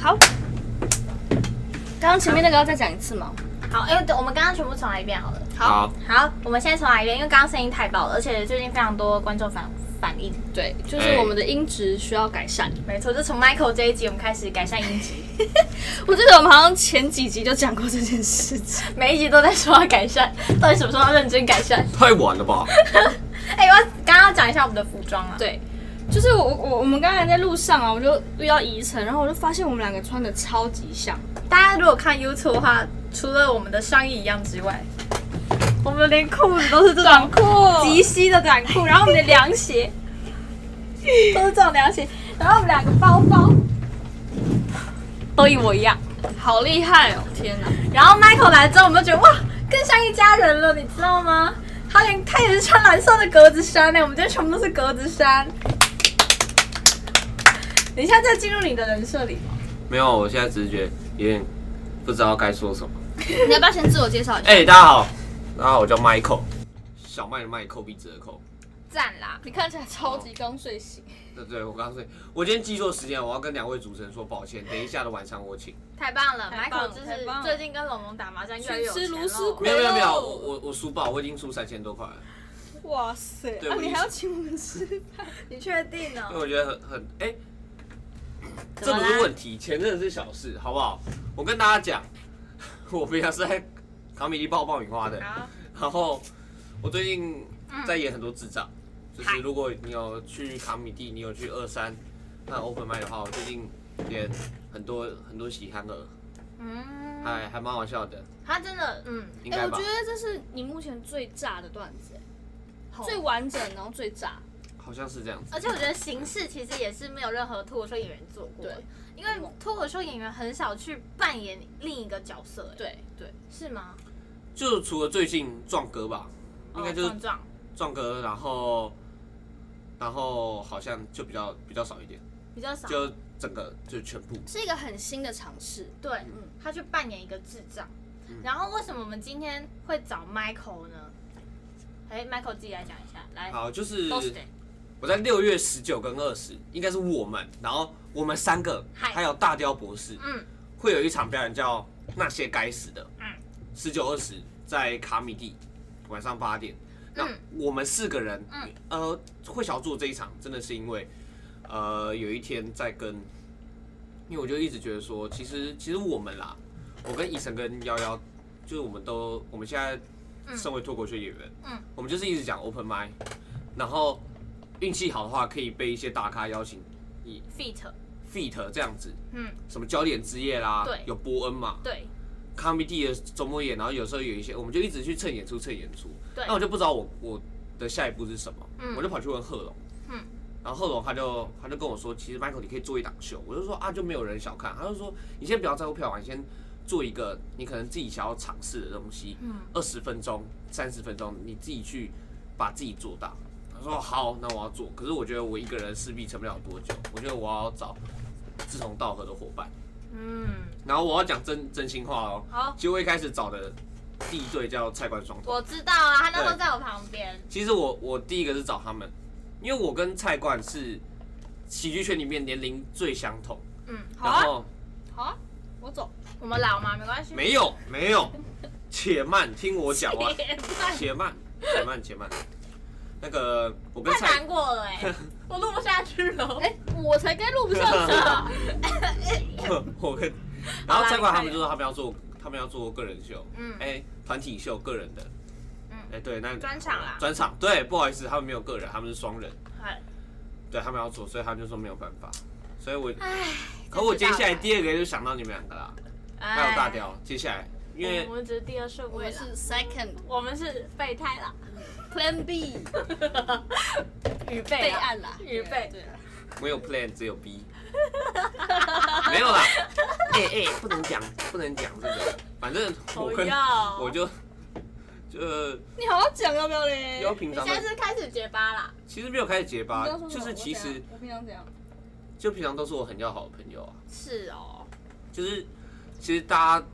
好，刚刚前面那个要再讲一次吗？好，因为我们刚刚全部重来一遍好了。啊好，好，我们先重来一遍，因为刚刚声音太爆了，而且最近非常多观众反反应。对，就是我们的音质需要改善。没错，就从 Michael 这一集我们开始改善 音质，我记得我们好像前几集就讲过这件事情。每一集都在说要改善，到底什么时候要认真改善？太晚了吧？ 哎、我要刚刚要讲一下我们的服装啊。对，就是我我我们刚才在路上啊，我就遇到宜晨，然后我就发现我们两个穿的超级像。大家如果看 YouTube 的话，除了我们的上衣一样之外，我们连裤子都是这种裤及膝的短裤，然后我们的凉 鞋都是这种凉鞋，然后我们两个包包都一模一样。好厉害哦！天哪，然后 Michael 来之后，我们就觉得哇，更像一家人了，你知道吗？他连他也是穿蓝色的格子衫呢、哎我们今天全部都是格子衫。你现在在进入你的人设里吗？没有，我现在只是觉得有点不知道该说什么。你要不要先自我介绍一下？哎、大家好，大家好，我叫 Michael，小麦的麦，扣鼻子的扣。赞啦！你看起来超级刚睡醒，对对，我刚说，我今天记错时间，我要跟两位主持人说抱歉。等一下的晚上我请。太棒了太棒了，Michael 就太棒是了最近跟龙龙打麻将越来越有去吃钱芦丝了。菇没有没有没有，我我我输爆，我已经输三千多块了，哇塞！对啊，我你意思还要请我们吃饭？你确定因为哦？我觉得很很哎、怎这么不啦是问题，钱真的是小事，好不好？我跟大家讲， 我平常是在卡米利爆爆米花的，好，然后我最近嗯在演很多智障，就是如果你有去卡米蒂，你有去二三那 open m i 的话，我最近演很多很多喜憨儿，嗯，还还蛮好笑的，他真的，嗯，应哎、该我吧觉？得这是你目前最炸的段子、哎最最完整，然后最炸。好像是这样子。而且我觉得形式其实也是没有任何脱口秀演员做过的对，因为脱口秀演员很少去扮演另一个角色，哎，对对，是吗？就除了最近壮哥吧，应该就是哦撞撞壮哥，然后然后好像就比较比较少一点，比较少，就整个就全部。是一个很新的尝试。嗯对，他去扮演一个智障。嗯然后为什么我们今天会找 Michael 呢？哎，Michael 自己来讲一下，来好，啊就是，Boston，我在六月十九跟二十，应该是我们，然后我们三个，嗨还有大雕博士，嗯，会有一场表演叫《那些该死的》，嗯嗯，十九二十在卡米蒂，晚上八点。那嗯我们四个人，嗯呃，会想要做这一场，真的是因为，呃，有一天在跟，因为我就一直觉得说，其实其实我们啦，我跟医生跟幺幺，就是我们都我们现在身为脱口秀演员，嗯嗯我们就是一直讲 open mic，然后运气好的话可以被一些大咖邀请，以 feat， feat 这样子，嗯，什么焦点之夜啦，对有波恩嘛对， ，comedy 的周末演，然后有时候有一些，我们就一直去蹭演出蹭演出，对那我就不知道我我的下一步是什么，嗯我就跑去问贺龙，嗯，然后贺龙他就他就跟我说，其实 Michael 你可以做一档秀，我就说啊就没有人小看，他就说你先不要在乎票房，你先做一个你可能自己想要尝试的东西，嗯，二十分钟、三十分钟，你自己去把自己做大。他说好，那我要做。可是我觉得我一个人势必撑不了多久，我觉得我要找志同道合的伙伴。嗯，然后我要讲真真心话哦。好，其实我一开始找的第一队叫菜冠双头，我知道啊，他那时候在我旁边，其实我我第一个是找他们，因为我跟菜冠是喜剧圈里面年龄最相同，嗯，好然啊，后好啊，我走，我们老嘛，没关系，没有没有，且慢，听我讲完，也算且慢且慢且慢，那个我跟太菜难过了 哎，我录不下去了哎、，我才该录不上去啊 吧？ 我跟，然好后啦蔡你管他快们点就说他们要做，他们要做个人秀，嗯哎，团体秀个人的，嗯哎，对，那专场啦专场，对，不好意思，他们没有个人，他们是双人，哎对他们要做，所以他们就说没有办法，所以我，唉，可我接下来第二个就想到你们两个啦，还有大雕，雕，接下来，因为哎我们只是第二顺我位们了，是 second 我们是备胎 啦， plan B 预备备啦案啦，预备对啊，没有 plan 只有 B，没有啦，哎哎，不能讲，不能讲这个，反正我不跟要我就就你好好讲要啊不要嘞？要平你常现的在是开始结巴啦，其实没有开始结你巴刚刚，说什么就是其实我怎样我平常怎样？就平常都是我很要好的朋友啊，是哦，就是其实大家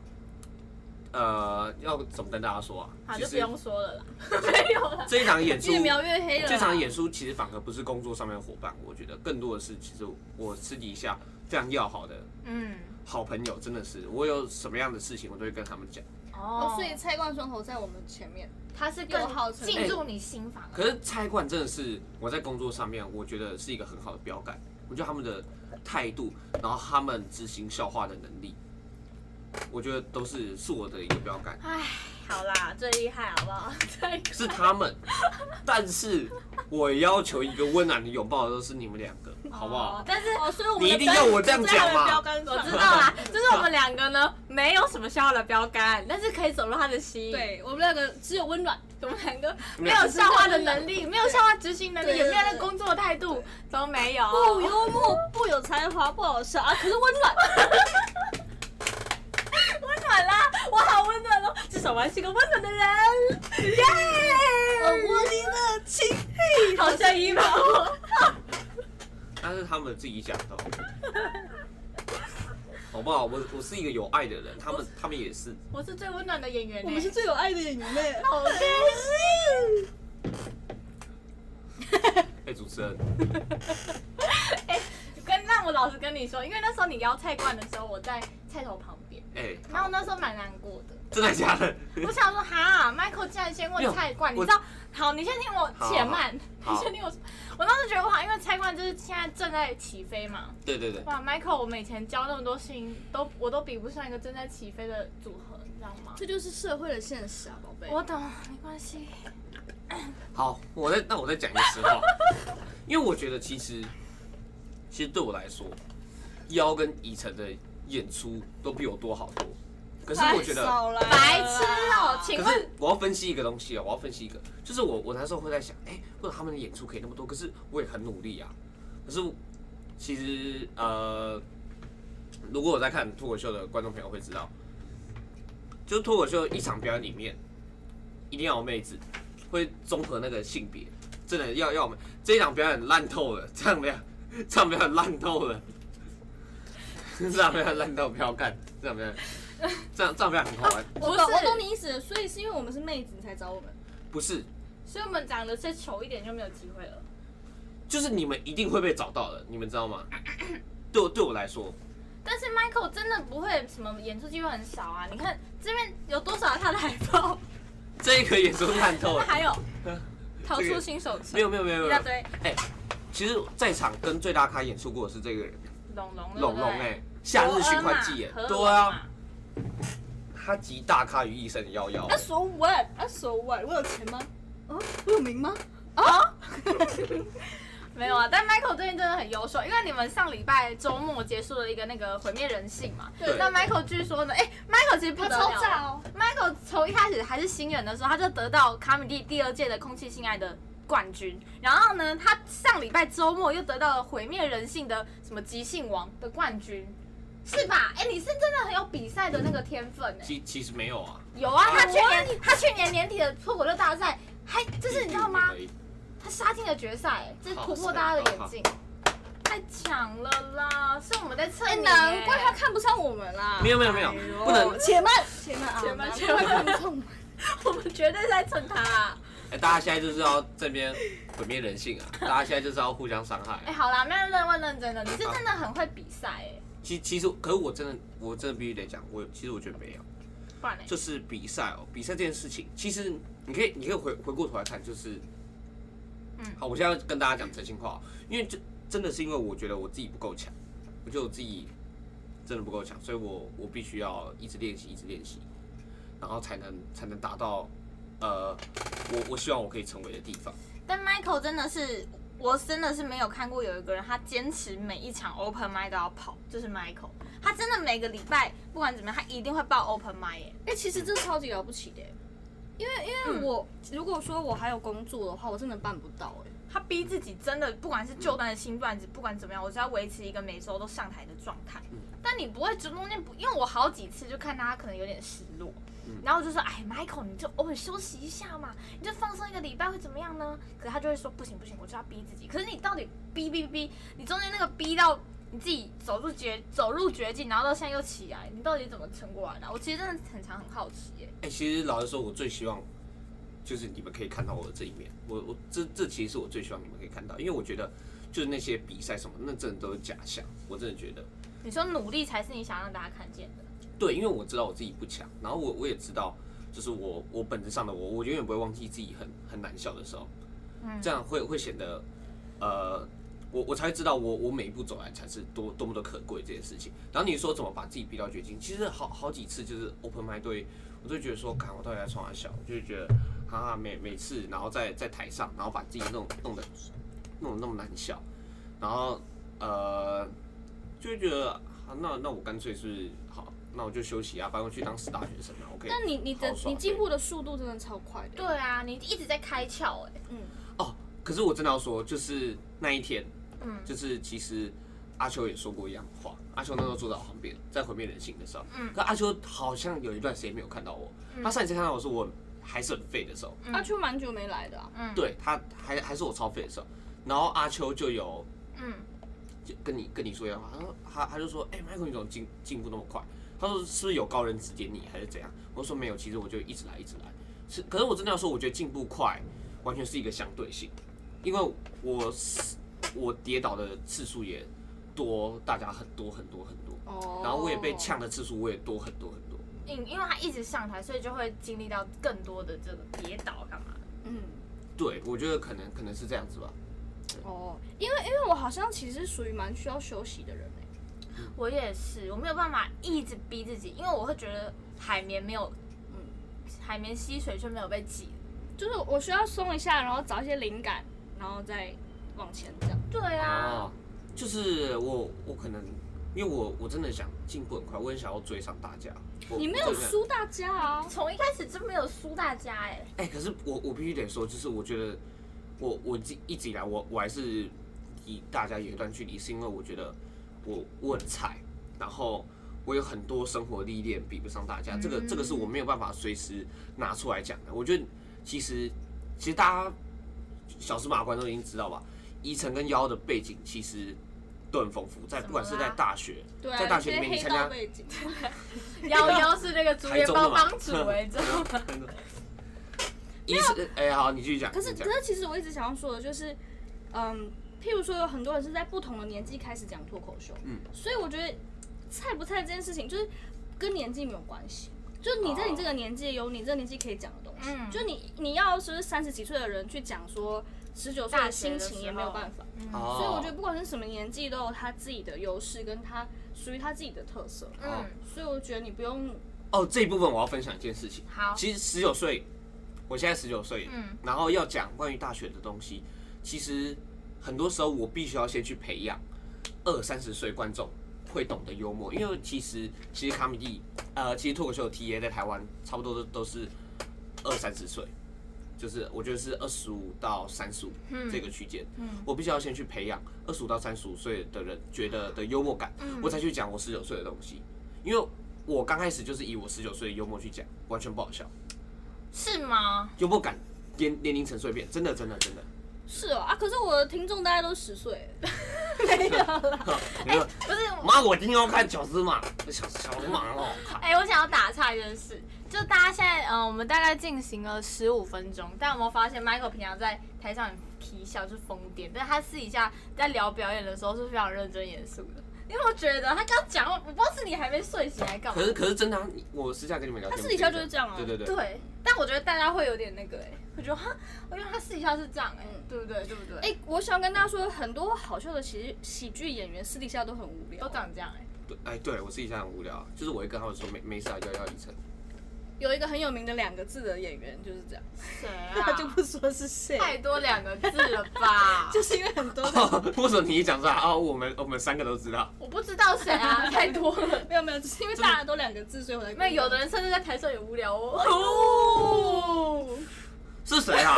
呃要怎么跟大家说啊？好其就不实用说了啦，哦没有啦，这一 场演出，越描越啊黑了啦。这场演出其实反而不是工作上面的伙伴，我觉得更多的是其实我私底下非常要好的嗯，好朋友，真的是我有什么样的事情，我都会跟他们讲。哦哦，所以蔡冠双头在我们前面，他是友更好程度进入你心房。可是菜冠真的是我在工作上面，我觉得是一个很好的标杆。我觉得他们的态度，然后他们执行消化的能力，我觉得都是是我的一个标杆，哎，好啦，最厉害好不好？最是他们。但是我要求一个温暖的拥抱，都是你们两个，好不好？但是哦，所以我你一定要我这样讲嘛？我知道啦，就是我们两个呢，没有什么笑的标杆，但是可以走入他的心。，对我们两个只有温暖，我们两个没有笑话的能力，没有笑话执行能力，对也对没对有那工作态度，都没有。不幽默，不有才华，不好笑啊，可是温暖。 温暖啦，我好温暖哦，至少我还是个温暖的人，耶！哦我窝里的情好像一毛。但是他们自己讲的哦，哦 好不好？我我是一个有爱的人，他们他们也是。我是最温暖的演员、欸， 我们是最有爱的演员嘞。好开心。哎、主持人，跟让我老实跟你说，因为那时候你邀菜冠的时候，我在菜头旁边，哎、然后那时候蛮难过的。真的假的？ 我想说，哈，Michael 竟然先问菜冠，没你有知道？好，你先听我且慢，好好你先听我说。我当时觉得我好，因为菜冠就是现在正在起飞嘛。对对对，哇，Michael，我们以前教那么多事情，都我都比不上一个正在起飞的组合，你知道吗？ 这就是社会的现实啊，宝贝。我懂，没关系。好，我再那我再讲一个实话，因为我觉得其实其实对我来说，妖跟以晨的演出都比我多好多。可是我觉得，白痴哦、请可问是我要分析一个东西哦，我要分析一个，就是我我那时候会在想，哎、为什么他们的演出可以那么多？可是我也很努力啊。可是其实呃，如果我在看脱口秀的观众朋友会知道，就是脱口秀一场表演里面，一定要有妹子，会综合那个性别，真的要要我们这一场表演烂透了，这样表演 这样表演烂透了。这场表演烂透，不要看。这场表演，这样这场表演很好玩。我不懂，是我懂你意思，所以是因为我们是妹子，你才找我们。不是，所以我们长得再丑一点就没有机会了。就是你们一定会被找到的，你们知道吗？对我对我来说，但是 Michael 真的不会什么演出机会很少啊！你看这边有多少他的海报，这一个也是看那透 了。还有逃哦 这出个新手村没有没有没有一没有大，堆，其实在场跟最大咖演出过的是这个人，龙龙龙龙哎，夏日循环季耶，对啊，，他集大咖于一身的幺幺， so what？啊 so what？我有钱吗？啊，我有名吗？没有啊。但 Michael 最近真的很优秀，因为你们上礼拜周末结束了一个那个毁灭人性嘛。对那 Michael 据说呢，哎、m i c h a e l 其实不他得超了炸啊。哦！ Michael 从一开始还是新人的时候，他就得到卡米蒂第二届的空气性爱的冠军。然后呢，他上礼拜周末又得到了毁灭人性的什么极性王的冠军，是吧？哎，你是真的很有比赛的那个天分哎、其其实没有啊，有啊，他去年他去年年底的脱口秀大赛，还就是你知道吗？一点点他杀进了决赛，哎这突破大家的眼镜，太强了啦！是我们在蹭哎，你，难怪他看不上我们啦。而已没有没有没有哎呦，不能且慢，且慢啊！且慢难怪且慢看不上我们。我们绝对是在蹭他啊。哎，大家现在就是要这边毁灭人性啊，大家现在就是要互相伤害哎，啊。好啦，没有认问认真的，你是真的很会比赛哎，其其实，可是我真的我真的必须得讲，我其实我觉得没有。不然嘞，就是比赛哦，比赛这件事情，其实你可以，你可以回回过头来看，就是，嗯好，我现在要跟大家讲真心话哦，因为这真的是因为我觉得我自己不够强，我觉得我自己真的不够强，所以我我必须要一直练习，一直练习，然后才能才能达到，呃，我我希望我可以成为的地方。但 Michael 真的是，我真的是没有看过有一个人他坚持每一场 Open m i 都要跑，就是 Michael，他真的每个礼拜不管怎么样，他一定会报 Open m i 哎。 哎，其实这超级了不起的，欸因为因为我如果说我还有工作的话，我真的办不到哎。他逼自己真的，不管是旧段的新段子，不管怎么样，我只要维持一个每周都上台的状态。但你不会中间不，因为我好几次就看到他可能有点失落，然后我就说：“哎，Michael，你就偶尔休息一下嘛，你就放松一个礼拜会怎么样呢？”可是他就会说：“不行不行，我就要逼自己。”可是你到底逼逼逼，你中间那个逼到你自己走入绝走入绝境，然后到现在又起来，你到底怎么撑过来的啊？我其实真的很常很好奇耶、哎、其实老实说，我最希望就是你们可以看到我的这一面。我我这这其实是我最希望你们可以看到，因为我觉得就是那些比赛什么，那真的都是假象。我真的觉得，你说努力才是你想让大家看见的，对，因为我知道我自己不强，然后我我也知道，就是我我本质上的我，我永远不会忘记自己很很难笑的时候，嗯这样会会显得，呃，我我才会知道我我每一步走来才是多多么的可贵这件事情。然后你说怎么把自己逼到绝境，其实好好几次就是 open m i 对我就觉得说，看我到底在冲哪笑，就是觉得哈哈每每次然后在在台上，然后把自己弄弄得弄得那么难笑，然后呃就会觉得，啊那那我干脆是好，那我就休息啊，反正我去当死大学生啊，我可以。但你你的好爽你进步的速度真的超快的，欸对啊，你一直在开窍哎、哦，可是我真的要说，就是那一天，嗯就是其实阿秋也说过一样的话。阿秋那时候坐在我旁边，在毁灭人性的时候，嗯可阿秋好像有一段时间没有看到我。他上一次看到我是我还是很废的时候，嗯阿秋蛮久没来的啊，嗯对他还还是我超废的时候，然后阿秋就有嗯，就跟你跟你说一样话，他说他他就说，哎、m i c h a e l 你怎么进进步那么快？他说是不是有高人指点你啊还是怎样？我说没有，其实我就一直来一直来。是，可是我真的要说，我觉得进步快完全是一个相对性，因为我是我跌倒的次数也多，大家很多很多很多，哦然后我也被呛的次数我也多很多很多。因因为他一直上台，所以就会经历到更多的这个跌倒干嘛的。嗯，对，我觉得可能可能是这样子吧。哦，因为因为我好像其实属于蛮需要休息的人哎、我也是，我没有办法一直逼自己，因为我会觉得海绵没有，嗯，海绵吸水却没有被挤。就是我需要松一下，然后找一些灵感，然后再往前这样。对啊，啊，就是我我可能因为我我真的想进步很快，我很想要追上大家。我你没我有真的输大家啊，从一开始就没有输大家哎、 哎、可是我我必须得说，就是我觉得我我自一直以来我我还是离大家有一段距离，是因为我觉得我我很菜，然后我有很多生活历练比不上大家，这个这个是我没有办法随时拿出来讲的。我觉得其实其实大家小司马观都已经知道吧，宜城跟幺的背景其实都很丰富，在怎不管么是在啦大学，对啊，在大学里你面被你黑参道加背景，幺幺是那个竹台联中帮的嘛帮主哎、你知 道吗？宜城哎、好，你继续讲，可是你可讲是其实我一直想要说的就是，嗯，譬如说有很多人是在不同的年纪开始讲脱口秀，嗯所以我觉得菜不菜这件事情就是跟年纪没有关系。就是你在你这哦个年纪有你这个年纪可以讲的东西，嗯就你你要是三十几岁的人去讲说十九岁大的学心的情也时没有候办法，嗯哦所以我觉得不管是什么年纪都有他自己的优势跟他属于他自己的特色，嗯，所以我觉得你不用哦，这一部分我要分享一件事情。好，其实十九岁，我现在十九岁，嗯然后要讲关于大学的东西，其实很多时候我必须要先去培养二三十岁观众会懂得幽默，因为其实其实卡米蒂，呃，其实脱口秀的 TA 在台湾差不多都都是二三十岁，就是我觉得是二十五到三十五嗯这嗯个区间，我必须要先去培养二十五到三十五岁的人觉得的幽默感，嗯我才去讲我十九岁的东西，因为我刚开始就是以我十九岁的幽默去讲，完全不好笑，是吗？幽默感年年龄层碎片，真的真的真的，是哦啊，可是我的听众大概都十 岁， 你说不是，哎妈，我今天要看小司马，小小司马很好看，哎、我想要打岔一件事，就大家现在，嗯、我们大概进行了十五分钟，但有没有发现 Michael 平常在台上很皮笑，就是疯癫，但他私底下在聊表演的时候是非常认真严肃的。因为我觉得他刚讲话，我不知道是你还没睡醒还干嘛可。是可是真的啊，你我私下跟你们聊天，他私底下就是这样啊对对对，对，但我觉得大家会有点那个、哎，我觉得哈，我觉得他私底下是这样、哎、对不对？对不对？嗯哎、我想跟大家说，很多好笑的喜喜剧演员私底下都很无聊，都长这样、哎，对，哎，对我私底下很无聊啊，就是我会跟他们说没没事啊，要要一层，有一个很有名的两个字的演员就是这样，谁 他啊？就不说是谁，太多两个字了吧？ 就是因为很多 为什么你一讲出来啊，我们我们三个都知道，我不知道谁啊，太多了。 没有没有，只是因为大家都两个字，所以我才那有的人甚至在台上也无聊哦。 哦，是谁啊？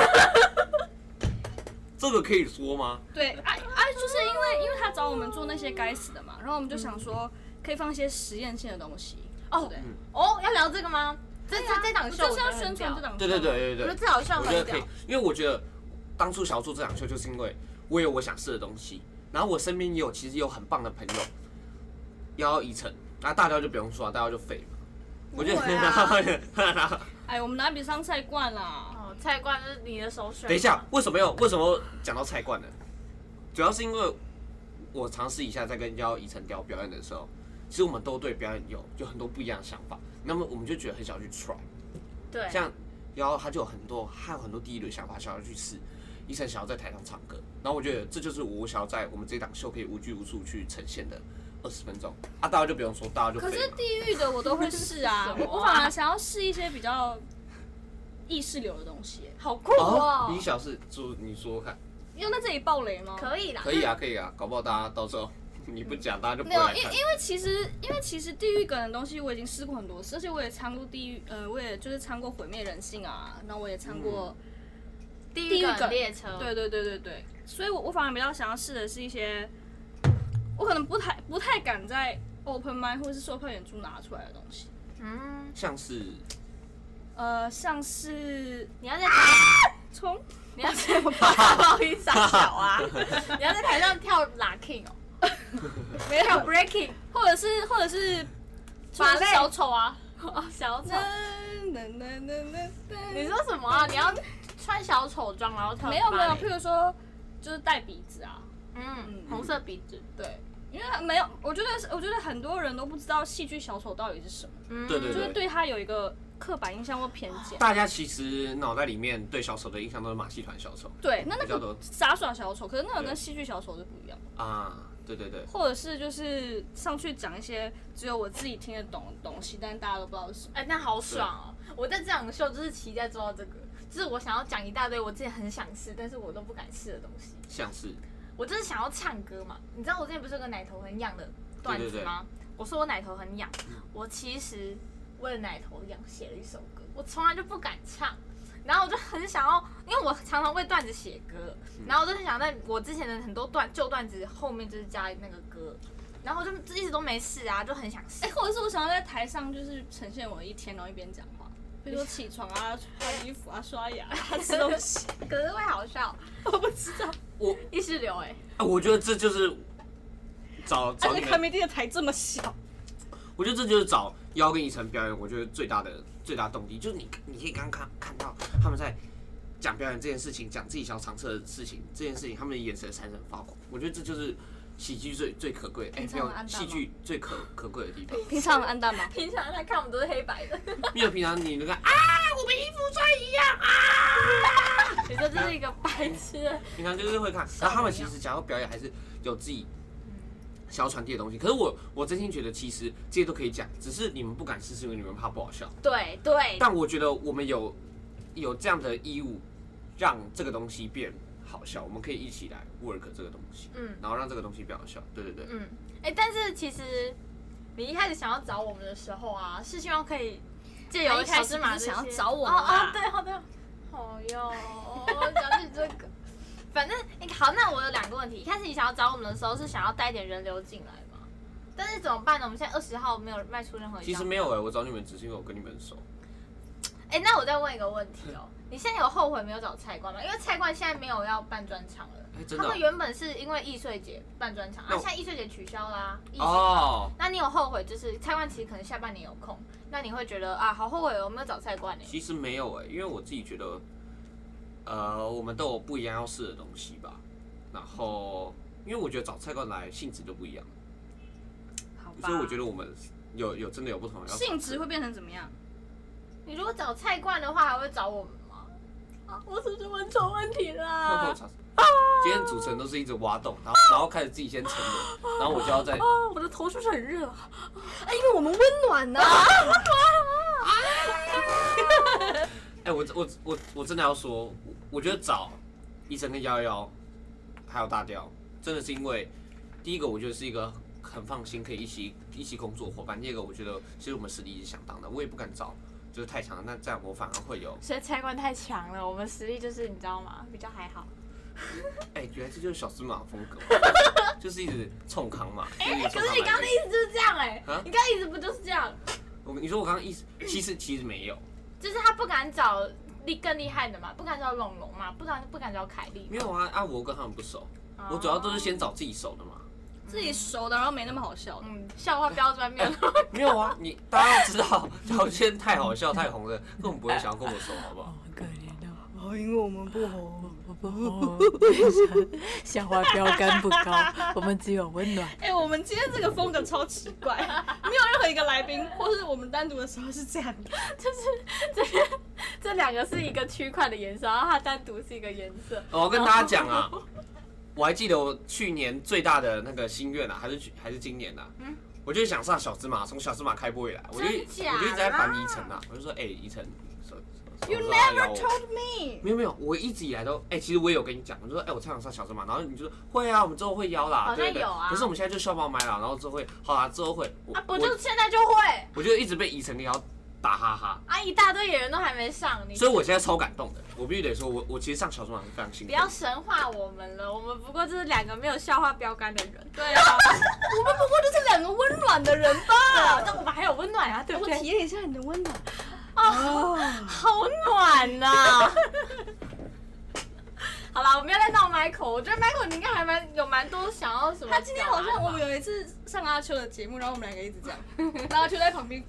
这个可以说吗？对啊啊，就是因为因为他找我们做那些该死的嘛，然后我们就想说可以放一些实验性的东西哦对不哦，要聊这个吗？这这这对，啊档秀就是要啊我觉得宣很传屌这档，对对对，对我觉对对得，这好像嗯我觉得很可以屌。，因为我觉得当初想要做这场秀，就是因为我有我想试的东西，然后我身边也有其实有很棒的朋友，幺一成，那大雕就不用说了，啊大雕就废了。我觉得，不会啊哎，我们拿比上菜罐 啦，哦，菜冠是你的首选。 等一下，，为什么要为什么讲到菜冠呢？主要是因为我尝试一下在跟幺一成雕表演的时候，其实我们都对表演有有很多不一样的想法，那么我们就觉得很想去 try。对，像然后他就有很多，还有很多第一轮想法想要去试。医生想要在台上唱歌，然后我觉得这就是我想要在我们这档秀可以无拘无束去呈现的二十分钟啊，大家就不用说，大家就可废是了地狱的我都会试 什啊，么啊我我反而想要试一些比较意识流的啊东西。好酷哦哦，你，想是就你说说看，要在这里爆雷吗？可以啦，可以啊，可以啊，搞不好大家到时候你不讲，大家就不没会有，来因看。因为其实因为其实地狱梗的东西我已经试过很多次，而且我也参过地狱，呃，我也就是参过毁灭人性啊，然后我也参过、地狱地狱梗梗列嗯车，对对对对对，所以我我反而比较想要试的是一些，我可能不太不太敢在 open m i d 或是售票演出拿出来的东西，嗯，像是呃，像是你要在从你要在不好意思啊，小 啊，你要在台上跳 locking 哦，没有 breaking 或者是或者是把那小丑啊，哦，小丑，你你说什么啊？你要穿小丑装然后跳芭蕾？没有没有，譬如说就是戴鼻子啊，嗯嗯，红色鼻子，对，因为没有，我觉得是我觉得很多人都不知道戏剧小丑到底是什么，嗯，对对啊就是对他有一个刻板印象或偏见。大家其实脑袋里面对小丑的印象都是马戏团小丑对，那那比较多个傻耍小丑，可是那个对跟戏剧小丑是不一样的，啊，对对对，或者是就是上去讲一些只有我自己听得懂的东西，但大家都不知道是什么。哎，那好爽哦！我在这场秀就是期待做到这个，就是我想要讲一大堆我自己很想试，但是我都不敢试的东西。像是我就是想要唱歌嘛。你知道我之前不是有个奶头很痒的段子吗？我说我奶头很痒，我其实为了奶头痒写了一首歌，我从来就不敢唱。然后我就很想要，因为我常常为段子写歌，然后我就很想在我之前的很多段旧段子后面就是加那个歌，然后我就一直都没试啊，就很想试哎、。或者是我想要在台上就是呈现我一天，然后一边讲话，比如说起床啊、换衣服啊、刷牙 啊、吃东西。哎可是会好笑，我不知 道，我，意识流哎、啊我觉得这就是找而找且你卡们，梅蒂的台这么小，我觉得这就是找妖跟以晨表演，我觉得最大的最大动力就是你你可以刚看看到他们在讲表演这件事情，讲自己想要尝试的事情这件事情，他们的眼神闪闪发光，我觉得这就是喜剧最最可贵，哎、平没常有有暗淡戏吗剧最可可贵的地方。平常有暗淡吗？平常来看我们都是黑白的，因为平常你那个啊，我们衣服穿一样啊，你说这是一个白痴的平常就是会看，然后他们其实想要表演还是有自己想要传递的东西。可是我我真心觉得，其实这些都可以讲，只是你们不敢试，是因为你们怕不好笑。 对对，但我觉得我们有有这样的义务，让这个东西变好笑，我们可以一起来 work 这个东西，嗯然后让这个东西变好笑。对对对，嗯，哎、但是其实你一开始想要找我们的时候啊，是希望可以借由啊他一开小始芝麻不是这想些要找我哦们哦啊，对哦对哦，好哟，讲起这个，反正、哎好，那我有两个问题，一开始你想要找我们的时候是想要带一点人流进来吗？但是怎么办呢？我们现在二十号没有卖出任何一其张实没有哎、我找你们只是因为我跟你们熟。哎、那我再问一个问题哦，你现在有后悔没有找菜冠吗？因为菜冠现在没有要办专场了，哎真的他哦们原本是因为易碎节办专场，啊，那我现在易碎节取消啦、疫情哦，那你有后悔，就是蔡冠其实可能下半年有空，那你会觉得啊，好后悔哦，我没有找蔡冠呢、其实没有哎、因为我自己觉得，呃，我们都有不一样要试的东西吧。然后，因为我觉得找菜冠来性质就不一样， 好吧。所以我觉得我们有有真的有不同的要尝试性质会变成怎么样？你如果找蔡冠的话，还会找我们吗？啊，我是不是问错问题哎啦？今天主持人都是一直挖洞，然后然后开始自己先沉沦，然后我就要在啊，我的头是不是很热啊？啊，因为我们温暖 呢、哎、我我我我真的要说，我我觉得找医生跟幺幺还有大雕，真的是因为第一个，我觉得是一个很放心可以一起一起工作的伙伴；第二个，我觉得其实我们实力是相当的，我也不敢找就是太强的，那这样我反而会有所以蔡冠太强了，我们实力就是你知道吗？比较还好。哎、原来这就是小芝麻的风格，就是一直冲康嘛。哎、可是你刚刚的意思就是这样哎、啊你刚刚意思不就是这样？我你说我刚刚意思，其实其实没有，就是他不敢找厉更厉害的嘛，不敢找龙龙嘛，不敢不敢找凯莉没。有啊啊，我跟他们不熟，我主要都是先找自己熟的嘛。自己熟的，然后没那么好笑的。嗯，笑话标准没有那 么没有啊，你 哦大家要知道，条件太好笑、太红了，根本不会想要跟我熟，好不好？我个人的，我好，啊因为我们不红。 下滑标杆不高，我们只有温暖。哎、我们今天这个风格超奇 怪，没有任何一个来宾或是我们单独的时候是这样的。这两个是一个区块的颜色，然后它单独是一个颜色。哦我跟大家讲啊，我还记得我去年最大的那个心愿啊，还是去还是今年的、啊，嗯我就想上小芝麻，从小芝麻开播以来，我就真假我就一直在烦宜晨啊，我就说，哎、宜晨什么什么时候要邀 Never 我 told me。 没有没有，我一直以来都，哎、其实我也有跟你讲，我就说，哎、我超想上小芝麻，然后你就说会啊，我们之后会邀啦，好像对对对有啊可是我们现在就校报麦啦，然后之后会，好啦，之后会，我啊，不我就现在就会我就一直被宜晨邀打哈哈，啊，一大堆演员都还没上，你所以我现在超感动的，我必须得说我我其实上小芝麻是非常兴不奋要的，神化我们了，我们不过就是两个没有笑话标杆的人。对 啊，我们不过就是两个温暖的人吧。但我们还有温暖啊，对不 我对体？验一下你的温暖。 哦好暖呐、 好啦，我们要再闹 Michael。我觉得 Michael 你应该还蛮有蛮多想要什么他表达的吧。今天好像我们有一次上阿秋的节目，然后我们两个一直这样， 然后阿秋在旁边。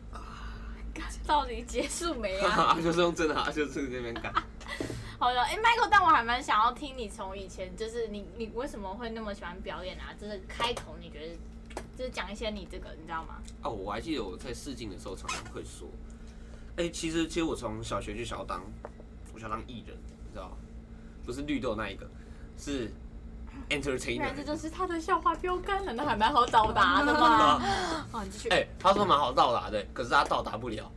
到底结束 没哈啊？哈就是用真的、啊，就是这边干。 好了，哎、m i c h a e l 但我还蛮想要听你从以前就是你你为什么会那么喜欢表演啊？就是开头你觉得就是讲一些你这个你知道吗？哦，我还记得我在试镜的时候常常会说，哎、其实其实我从小学就想要当，我想当艺人，你知道吗？不是绿豆那一个，是不 entertainer 然这。就是他的笑话标杆了，那还蛮好到达 的嘛。啊，好，你继续。哎、他说蛮好到达的，可是他到达不了。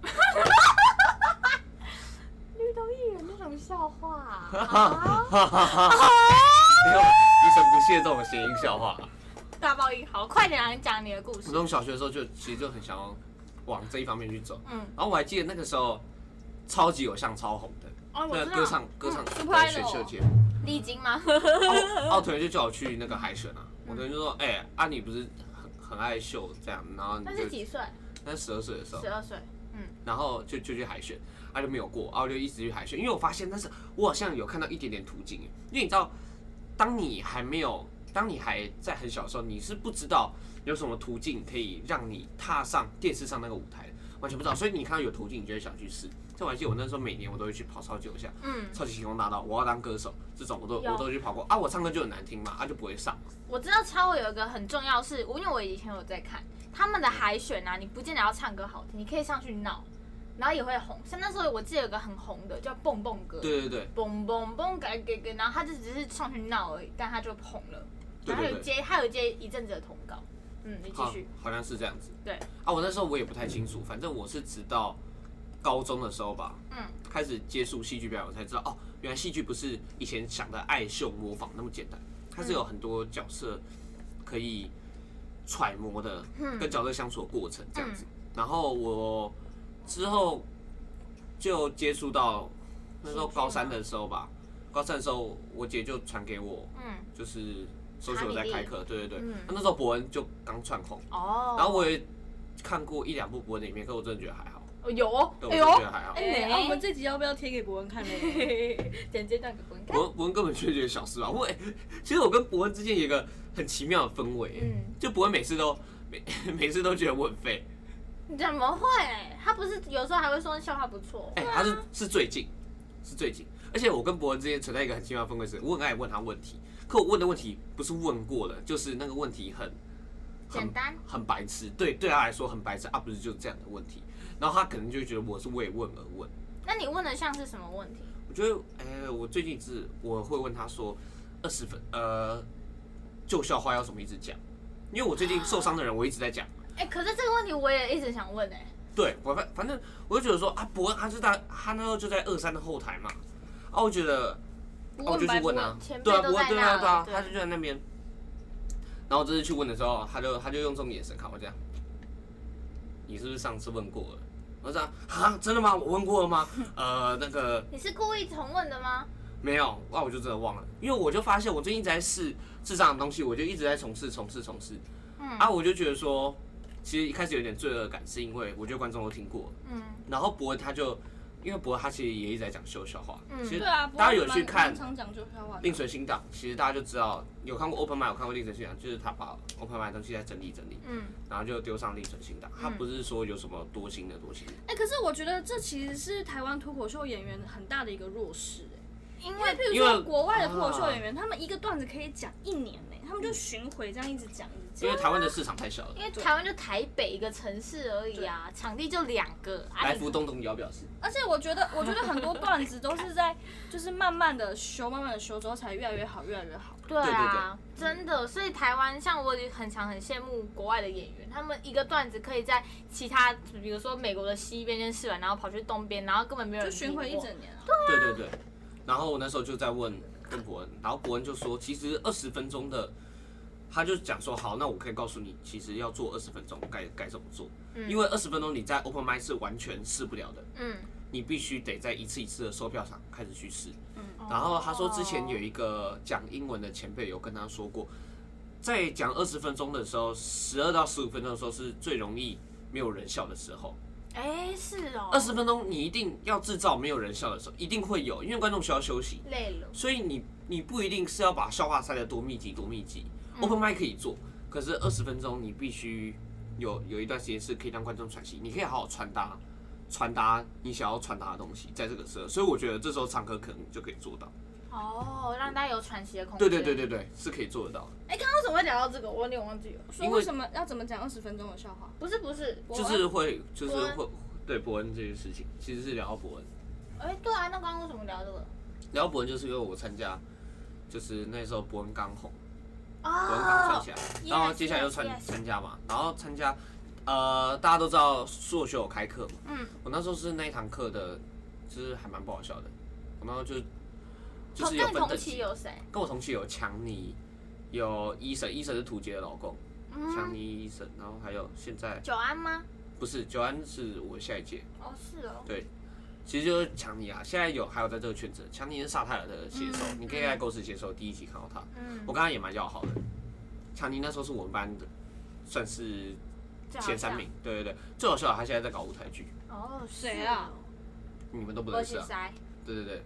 绿豆艺人那种笑话、哈啊，哈哈哈哈哈！没有，医生不屑这种谐音笑话。大爆音，好，快点来讲你的故我事。从小学的时候就其实就很想要往这一方面去走，嗯，然后我还记得那个时候超级偶像超红的，哦，我那知个歌道，唱歌唱嗯的选秀节目。丽晶吗？ 奥同学就叫我去那个海选啊，嗯我同学就说，哎、啊你不是很很爱秀这样，然后你那是就几岁？那十二岁的时候十，二岁。然后就就去海选，啊就没有过，啊我就一直去海选，因为我发现，但是我好像有看到一点点途径耶，因为你知道，当你还没有，当你还在很小的时候，你是不知道有什么途径可以让你踏上电视上那个舞台的，完全不嗯知道，所以你看到有途径，你就会想去试。这我还记得我那时候每年我都会去跑超级偶像、嗯，超级星光大道，我要当歌手这种我都有我都去跑过啊，我唱歌就很难听嘛，啊就不会上。我知道超有一个很重要是，我因为我以前有在看他们的海选啊，你不见得要唱歌好听，你可以上去闹，然后也会红。像那时候我记得有个很红的叫蹦蹦哥，对对对，蹦蹦蹦改给给，然后他就只是上去闹而已，但他就红了。对然后他对有对，接，他有接一阵子的通告。嗯，你继好续。，好像是这样子。对啊，我那时候我也不太清楚，反正我是直到高中的时候吧，嗯，开始接触戏剧表演，我才知道哦，原来戏剧不是以前想的爱秀模仿那么简单，它嗯是有很多角色可以揣摩的，嗯跟角色相处的过程这样子。然后我之后就接触到那时候高三的时候吧，高三的时候我姐就传给我，嗯，就是搜索在开课，对对对，嗯那那时候伯恩就刚窜红，哦。然后我也看过一两部伯恩的影片，可我真的觉得还好，哦有哦，对，哎我真呦的觉，得还好。哎、哎啊我们这集要不要贴给伯文看呢？ 剪接段给我看。伯恩伯恩根本就觉得小事吧，我也其实我跟伯恩之间有一个很奇妙的氛围，嗯，就伯恩每次都每 每次都觉得我很废，你怎么会？他不是有时候还会说笑话不错。哎、他是是最近是最近，而且我跟伯恩之间存在一个很奇妙的氛围是，我很爱问他问题，可我问的问题不是问过的，就是那个问题很很简单很白痴，对对他来说很白痴啊，不是就是这样的问题，然后他可能就觉得我是为问而问。那你问的像是什么问题？我觉得，哎、我最近是我会问他说，二十分，呃，旧校花要怎么一直讲？因为我最近受伤的人，我一直在讲。哎、可是这个问题我也一直想问哎、对，我反反正我就觉得说啊，伯恩他是在他那时候就在二三的后台嘛，啊，我觉得啊我就去问啊前，辈对啊，都伯在恩对那啊对啊了，对他就在那边。然后这次去问的时候，他就他就用这种眼神看我这样，你是不是上次问过了？我就这样啊，真的吗？我问过了吗？ 呃，那个你是故意重问的吗？没有，那我就真的忘了，因为我就发现我最近一直在试智障的东西，我就一直在从事、从事、从事。嗯啊，我就觉得说，其实一开始有点罪恶感，是因为我觉得观众都听过。嗯，然后博文他就，因为博文他其实也一直在讲秀笑话，嗯其对实啊，大家有伯文去蛮看蛮常讲就漂话的。令水新档，其实大家就知道有看过 Open m i 有看过令水新档，就是他把 Open m i 的东西再整理整理，嗯，然后就丢上令水新档。他嗯不是说有什么多新的多新的，哎、可是我觉得这其实是台湾脱口秀演员很大的一个弱势、哎，因因为为譬如因为说国外的脱口秀演员，他们一个段子可以讲一年呢、他们就巡回这样一直讲一直因为讲。台湾的市场太小了因。为台湾就台北一个城市而已啊，场地就两个，啊来你福东东瑶表示，而且我觉得，我觉得很多段子都是在就是慢慢的修，慢慢的修之后才越来越好，越来越好。对啊，真的，所以台湾像我也很常很羡慕国外的演员，他们一个段子可以在其他，比如说美国的西边先试完，然后跑去东边，然后根本没有就人巡回听一过整年啊。对对对。然后我那时候就在问问伯恩，然后伯恩就说，其实二十分钟的，他就讲说，好，那我可以告诉你，其实要做二十分钟该该怎么做，因为二十分钟你在 open mic 是完全试不了的，嗯，你必须得在一次一次的售票场开始去试。然后他说，之前有一个讲英文的前辈有跟他说过，在讲二十分钟的时候，十二到十五分钟的时候是最容易没有人笑的时候。哎是哦，二十分钟你一定要制造没有人笑的时候，一定会有，因为观众需要休息，累了，所以你你不一定是要把笑话塞得多密集多密集。Open 嗯 mic 可以做，可是二十分钟你必须有有一段时间是可以让观众喘息，你可以好好传达传达你想要传达的东西，在这个时候，所以我觉得这时候常客可能就可以做到。哦，让大家有喘息的空间。对对对对对，是可以做得到的。哎，刚刚为什么会聊到这个？我有点忘记了。所以为什么要怎么讲二十分钟的笑话？不是不是，我就是会，就是伯恩会对伯恩这件事情，其实是聊到伯恩，哎对啊，那刚刚为什么聊这个？聊到伯恩就是因为我参加，就是那时候伯恩刚红，伯恩哦刚穿起来， yes，然后接下来就参 yes，yes 参加嘛，然后参加，呃，大家都知道数学有开课嘛，嗯，我那时候是那一堂课的，就是还蛮不好笑的，我那时候就就哦是有跟你分同等期级，有谁？跟我同期有强尼，有医生，医生是图杰的老公，强嗯，尼医生，然后还有现在久安吗？不是九安是我下一届。哦是哦，其实就是强尼啊，现在有还有在这个圈子，强尼是萨泰尔的写手，嗯你可以在《狗屎写手》第一集看到他，嗯，我跟他也蛮要好的。强尼那时候是我们班的，算是这好前三像名，对对对。最好笑的，他现在在搞舞台剧，哦，谁啊你们都不我认识是啊？谁？对对对，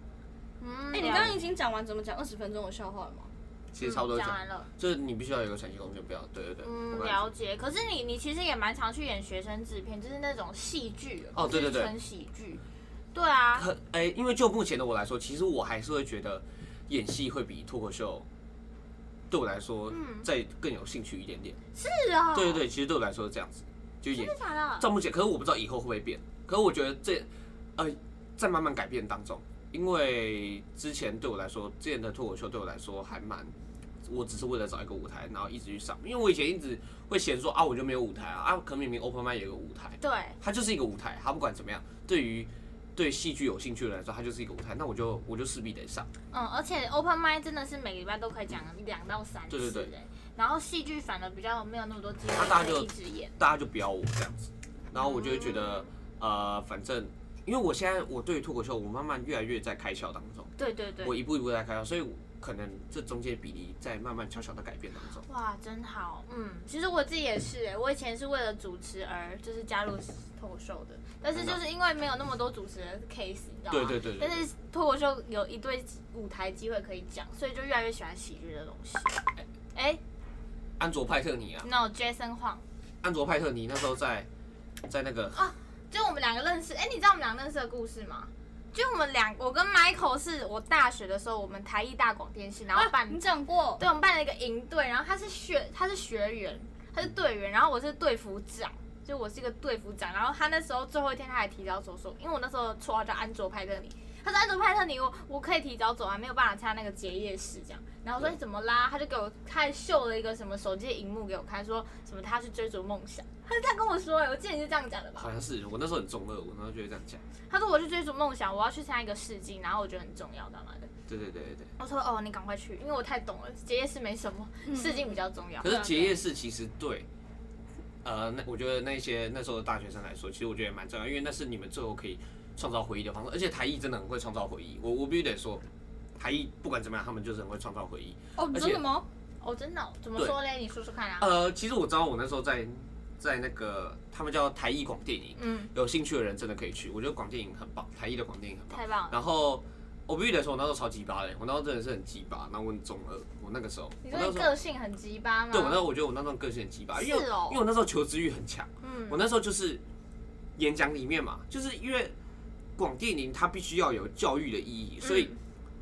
嗯，哎、哎你刚刚已经讲完怎么讲二十分钟的笑话了吗？其实差不多嗯讲讲，完了。就是你必须要有一个喘息空间，不要对对对。我嗯，跟他了解。可是你你其实也蛮常去演学生制片，就是那种戏剧哦对对对就是纯喜剧。对啊，可哎、因为就目前的我来说，其实我还是会觉得演戏会比脱口秀对我来说嗯再更有兴趣一点点。是啊、对对，对，其实对我来说是这样子，就演真的假的？照目前，可是我不知道以后会不会变。可是我觉得这，呃，在慢慢改变当中，因为之前对我来说，之前的脱口秀对我来说还蛮，我只是为了找一个舞台，然后一直去上。因为我以前一直会嫌说啊，我就没有舞台啊，啊，可明明 open mic 也有个舞台，对，它就是一个舞台，它不管怎么样，对于对戏剧有兴趣的人来说，它就是一个舞台，那我就我就势必得上。嗯，而且 open mic 真的是每个礼拜都可以讲两到三次、对对对哎然后戏剧反而比较没有那么多机那大会可家以就一直演。大家就不要我这样子。然后我就会觉得，呃，反正因为我现在我对于脱口秀，我慢慢越来越在开窍当中，对对对我，一步一步在开窍，所以我可能这中间比例在慢慢悄悄的改变当中。哇，真好。嗯，其实我自己也是、哎，我以前是为了主持而就是加入脱口秀的，但是就是因为没有那么多主持人 case，你知道吗？对对对对但是脱口秀有一堆舞台机会可以讲，所以就越来越喜欢喜剧的东西。哎、安卓派特尼啊， n o Jason Huang，安卓派特尼那时候在在那个就我们两个认识。哎、你知道我们俩认识的故事吗？就我们两，我跟 Michael 是我大学的时候，我们台艺大广电系，然后啊办、啊你讲过，对，我们办了一个营队，然后他是学他是学员，他是队员，然后我是队服长，就我是一个队服长。然后他那时候最后一天，他还提早走说，因为我那时候绰号叫安卓派特尼，他说安卓派特尼，我我可以提早走啊，还没有办法参加那个结业式这样。然后我说对你怎么啦？他就给我他还秀了一个什么手机的荧幕给我看，说什么他去追逐梦想，他是这样跟我说、欸，我记得你是这样讲的吧？好像是我那时候很中二，我那时候就会这样讲。他说我去追逐梦想，我要去参加一个试镜，然后我觉得很重要，干嘛的？对对对对对。我说哦，你赶快去，因为我太懂了，结业式没什么，嗯试镜比较重要。可是结业式其实对，呃，那我觉得那些那时候的大学生来说，其实我觉得也蛮重要，因为那是你们最后可以创造回忆的方式。而且台艺真的很会创造回忆，我我必须得说，台艺不管怎么样，他们就是很会创造回忆。哦，而你且说什么？哦，真的哦、怎么说嘞？你说说看啊。呃，其实我知道我那时候在在那个他们叫台艺广电影，嗯，有兴趣的人真的可以去，我觉得广电影很棒，台艺的广电影很棒。太棒了。然后我必须得说，我那时候超鸡巴的，我那时候真的是很鸡巴，然后我很中二，我那个时候，你我说那你时候。个性很鸡巴吗？对，我那时候我觉得我那时候个性很鸡巴，因为是哦因为我那时候求知欲很强，嗯我那时候就是演嗯讲里面嘛，就是因为广电影它必须要有教育的意义，所以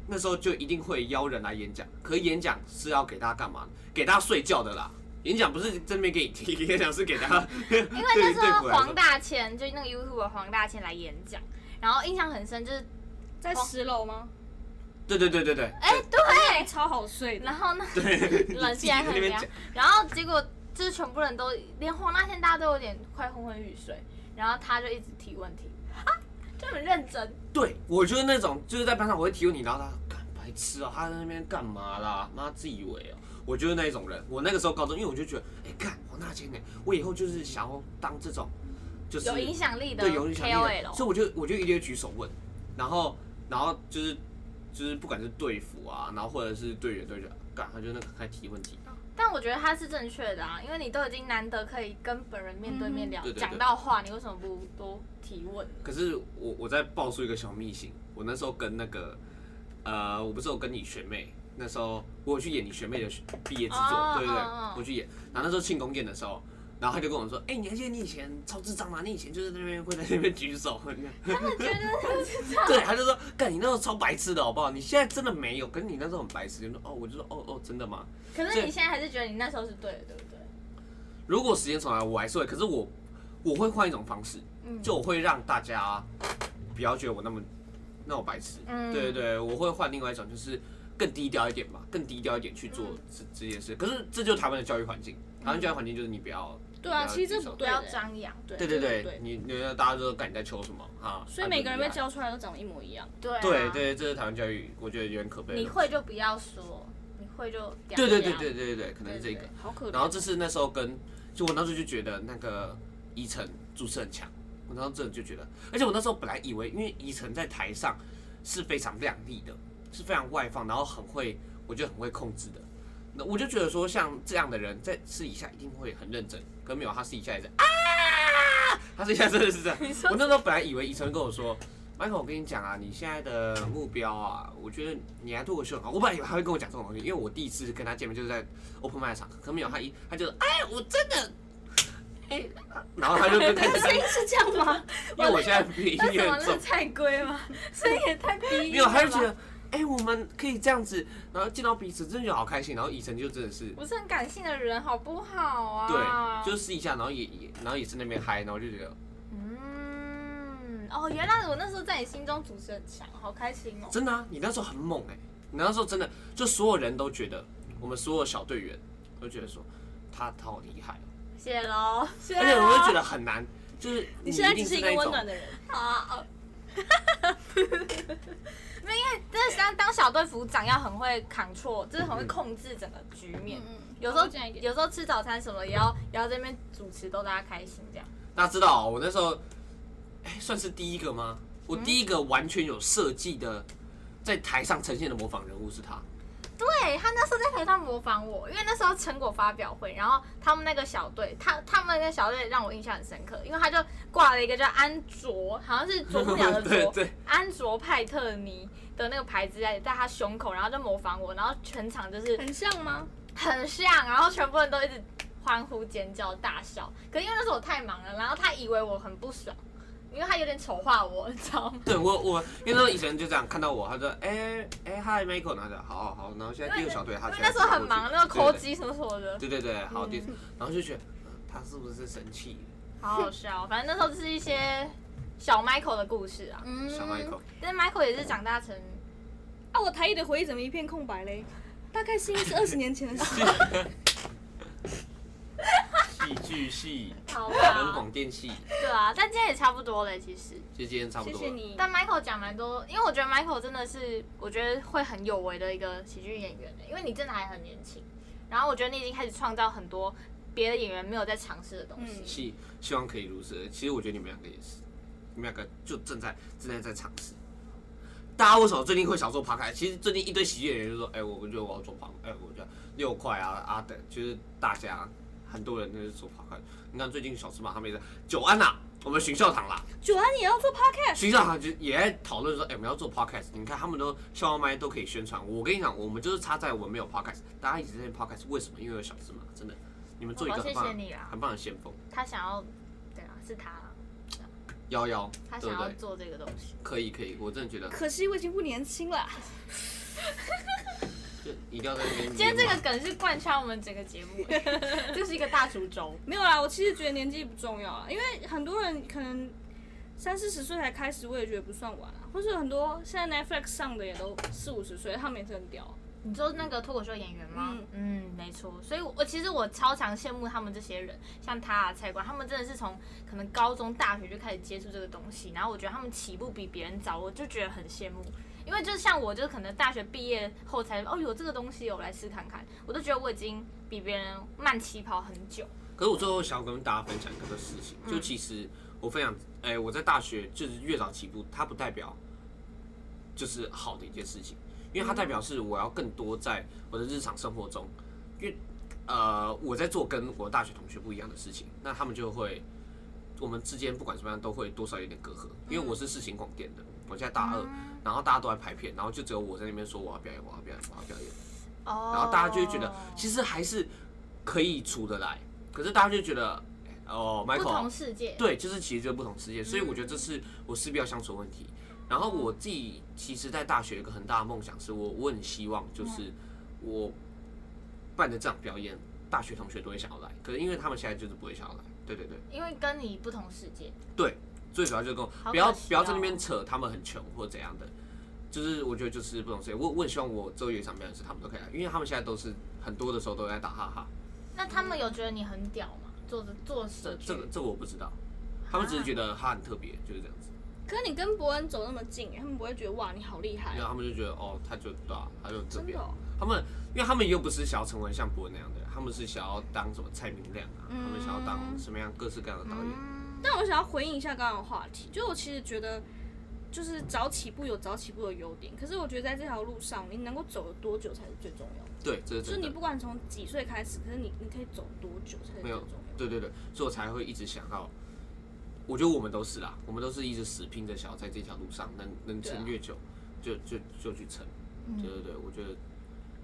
那时候就一定会邀人来演讲。可演讲是要给大家干嘛？给大家睡觉的啦。演讲不是真没给你听， 演讲是给 大家。嗯 因为对那于时政府候来说黄大千就那个 YouTube 黄大千来演讲，然后印象很深就是，在十楼吗？对对对对对，哎、对，超好睡的然。后呢，对，哎冷自静啊 己在还那很边凉讲，， 然后结果就是全部人都连黄大千大家都有点快昏昏欲睡，然后他就一直提问题啊，就很认真，对我就是那种就是在班上我会提问你，然后他干白痴啊，他在那边干嘛啦？妈自以为哦、我就是那一种人。我那个时候高中，因为我就觉得，哎、干黄大千呢、我以后就是想要当这种，就是有影响力的对有影响力的， KOL，所以我就我就一定会举手问，然后然后就是就是不管是队服啊，然后或者是队员队长，干他就那个开提问题，但我觉得他是正确的啊，因为你都已经难得可以跟本人面对面聊嗯对对对讲到话，你为什么不多提问？可是我我在爆出一个小秘辛，我那时候跟那个呃，我不是有跟你学妹，那时候我有去演你学妹的学毕业制作，哦对不对？哦哦我去演，然后那时候庆功宴的时候。然后他就跟我说：“哎、你还记得你以前超智障吗？你以前就是在那边会在那边举手， 觉得对，他就说：干，你那时候超白痴的好不好？你现在真的没有，可是你那时候很白痴。就说哦，我就说哦哦，真的吗？可是你现在还是觉得你那时候是对的，对不对？如果时间重来，我还是会，可是我我会换一种方式，嗯就我会让大家不要觉得我那么那么白痴。嗯对对对，我会换另外一种，就是更低调一点吧，更低调一点去做嗯这这件事。可是这就是台湾的教育环境，台湾教育环境就是你不要。对啊你要其实这举手不不对要张扬，对对对对对，，你你大家都说干你在求什么啊？所以啊每个人被。就教出来都长得一模一样。对啊不一样对，对，这是台湾教育，我觉得有点可悲的你东西。会就不要说，你会就表对对对扬 对对对对，可能是这对个对。好可怜。啊然后这是那时候跟，就我那时候就觉得那个宜晨主持很强，我那时候真的就觉得，而且我那时候本来以为，因为宜晨在台上是非常亮丽的，是非常外放，然后很会，我觉得很会控制的。那我就觉得说，像这样的人在私底下一定会很认真，可没有，他私底下也是啊，他私底下真的是这样。我那时候本来以为宜晨跟我说。Michael，我跟你讲啊，你现在的目标啊，我觉得你来脱口秀很好。我本来以为他会跟我讲这种东西，因为我第一次跟他见面就是在 open mic 的场合，可没有他一他就是哎，我真的，哎，然后他就跟开始，声音是这样吗？因为我现在鼻音那什有么点那重是，菜龟吗？声音也太低音了吧。没有，他就觉得哎，我们可以这样子，然后见到彼此真的就好开心，然后以晨就真的是。我是很感性的人，好不好啊？对，就试一下，然后也也，然后也是那边嗨，然后就觉得嗯，哦，原来我那时候在你心中主持很强，好开心哦。真的啊，你那时候很猛哎、你那时候真的就所有人都觉得，我们所有小队员都觉得说他他好厉害哦、谢喽，谢 而且我会觉喽。得很难，就是啊你现在只定是一那个温种暖的人。好啊， 哦没有，因为真的当当小队服长要很会 control，就是很会控制整个局面。嗯有时候这样一点。有时候吃早餐什么也要也要这边主持逗大家开心这样。大家知道、我那时候，哎、算是第一个吗？我第一个完全有设计的，在台上呈现的模仿人物是他。对他那时候在台上模仿我，因为那时候成果发表会，然后他们那个小队，他他们那个小队让我印象很深刻，因为他就挂了一个叫安卓，好像是啄木鸟的 对啄，对安卓派特尼的那个牌子在在他胸口，然后就模仿我，然后全场就是很像吗？很像，然后全部人都一直欢呼尖叫大笑。可是因为那时候我太忙了，然后他以为我很不爽，因为他有点丑化我，你知道吗？对，我我因为那时候以前就这样看到我，他说哎哎嗨 Michael，然后就好好好，然后现在第二个小队他因为现在那时候很忙，那个抠机，机什么什么的，对对对，好第，然后就觉得、嗯他是不是生气好好笑。哦反正那时候就是一些小 Michael 的故事啊，嗯小 Michael？但是 Michael 也是长大成啊，我台语的回忆怎么一片空白嘞？大概是因 为是二十年前的事。戏剧系好跟吧，广电系，对啊，但今天也差不多了，其实。就今天差不谢多了。谢你。但 Michael 讲蛮多，因为我觉得 Michael 真的是，我觉得会很有为的一个喜剧演员、欸，因为你真的还很年轻，然后我觉得你已经开始创造很多别的演员没有在尝试的嗯东西。希希望可以如此。其实我觉得你们两个也是，你们两个就正在正在在尝试。大家为什么最近会想做爬开？其实最近一堆喜剧演员就说：“哎、我我觉得我要做爬，哎、我觉得六块啊啊等，就是大家很多人就是做爬开。你看最近小芝麻他们也在九安啦、我们巡校堂啦，九安啊也要做 podcast，巡校堂就也在讨论说，哎、我们要做 podcast。你看他们都校外麦都可以宣传。我跟你讲，我们就是差在我们没有 podcast，大家一直在 podcast，为什么？因为有小芝麻，真的，你们做一我个哦谢很棒谢的你啦，很棒的先锋，他想要，对啊，是他啦，幺幺，他对想不要对？做这个东西。可以可以，我真的觉得可惜我已经不年轻了。就一定要在那边。今天这个梗是贯穿我们整个节 目，这是一个大主轴。没有啦，我其实觉得年纪不重要啊，因为很多人可能三四十岁才开始，我也觉得不算晚啊。或是很多现在 Netflix 上的也都四五十岁，他们也是很屌啊、你说那个脱口秀演员吗？嗯没错。所以我，我其实我超常羡慕他们这些人，像他啊、蔡冠，他们真的是从可能高中、大学就开始接触这个东西，然后我觉得他们起步比别人早，我就觉得很羡慕。因为就是像我，就是可能大学毕业后才哦有这个东西，我来试看看，我都觉得我已经比别人慢起跑很久。可是我最后想要跟大家分享一个事情，就其实我分享，哎、我在大学就是越早起步，它不代表就是好的一件事情，因为它代表是我要更多在我的日常生活中，因为呃我在做跟我大学同学不一样的事情，那他们就会我们之间不管怎么样都会多少有点隔阂，因为我是世新广电的，我现在大二，然后大家都在排片，然后就只有我在那边说我要表演，我要表演，我要表演。哦然后大家就会觉得其实还是可以处得来，可是大家就觉得哦不同嗯，Michael，世界。对，就是其实就是不同世界，所以我觉得这是我势必要相处的问题。然后我自己其实，在大学有一个很大的梦想是我我很希望嗯就是我办的这场表演，大学同学都会想要来，可是因为他们现在就是不会想要来，对对对。因为跟你不同世界，最主要就是跟我好不要可惜哦不要在那边扯他们很穷或怎样的，就是我觉得就是不懂谁，我我很希望我周围有一场表演是他们都可以来，因为他们现在都是很多的时候都在打哈哈，那他们有觉得你很屌吗？做的做这社区这个这个我不知道，他啊们只是觉得他很特别，就是这样子，可是你跟伯恩走那么近，他们不会觉得哇你好厉害然啊、后他们就觉得哦，他就对啊，他就这真边的、，哦。他们因为他们又不是想要成为像博文那样的人，他们是想要当什么蔡明亮啊，他们想要当嗯什么样各式各嗯样的导演，但我想要回应一下刚刚的话题，就是我其实觉得，就是早起步有早起步的优点，可是我觉得在这条路上，你能够走了多久才是最重要的。对，这是就是真你的，不管从几岁开始，可是你你可以走多久才是没最有重要的。对对对，所以我才会一直想要。我觉得我们都是啦，我们都是一直死拼着想要在这条路上能能对啊撑越久，就就就去撑。嗯对对对，我觉得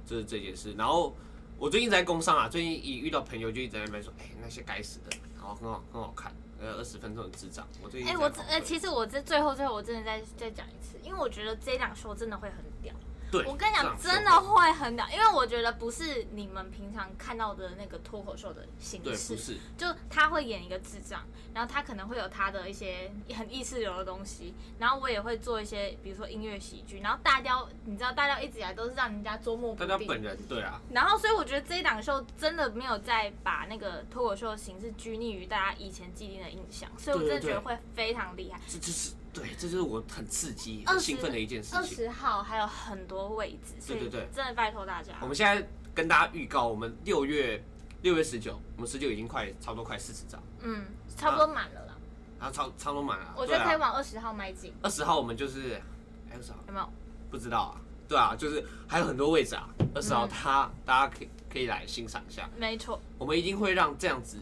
这是这件事。然后我最近在工商啊，最近一遇到朋友就一直在那边说，哎、那些该死的，然后很好很好看，呃，二十分钟的智障。我最近哎、一直在我讨真论呃，其实我这最后最后我真的再再讲一次，因为我觉得这档秀真的会很屌。对，我跟你这讲，样真的说会很屌，因为我觉得不是你们平常看到的那个脱口秀的形对，式不，是就他会演一个智障，然后他可能会有他的一些很意识流的东西，然后我也会做一些，比如说音乐喜剧，然后大雕，你知道大雕一直以来都是让人家捉摸不大家定，本人对啊，然后，所以我觉得这一档秀真的没有再把那个脱口秀的形式拘泥于大家以前既定的印象，所以我真的觉得会非常厉害。这就是对，这就是我很刺激、二很十兴奋的一件事二情。十号还有很多位置，所以对对对真的拜托大家我。们现在跟大家预告，我们六月六月十九，我们十九已经快差不多快四十张，啊嗯，差不多满了啦，然后超超都满了。我觉得可以对啊。往二十号迈进，二十号我们就是还有啥？有没有？不知道啊，对啊，就是还有很多位置啊。二十号嗯他、大家可以可以来欣赏一下，没错，我们一定会让这样子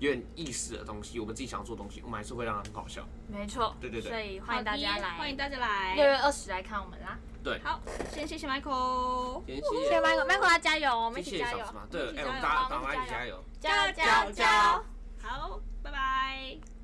有点意思的东西，我们自己想做的东西，我们还是会让它很好笑。没错。对对对所以欢迎大好家的欢迎来大家六来。月二十来看我们啦。好，先谢谢 Michael，先谢谢 Michael，Michael 要加油哦，我们一起谢谢加小油芝，麻，对，一起哎，加我油们大好家我大们家一一起起加加油。加油加加油油加加油油！好，拜拜。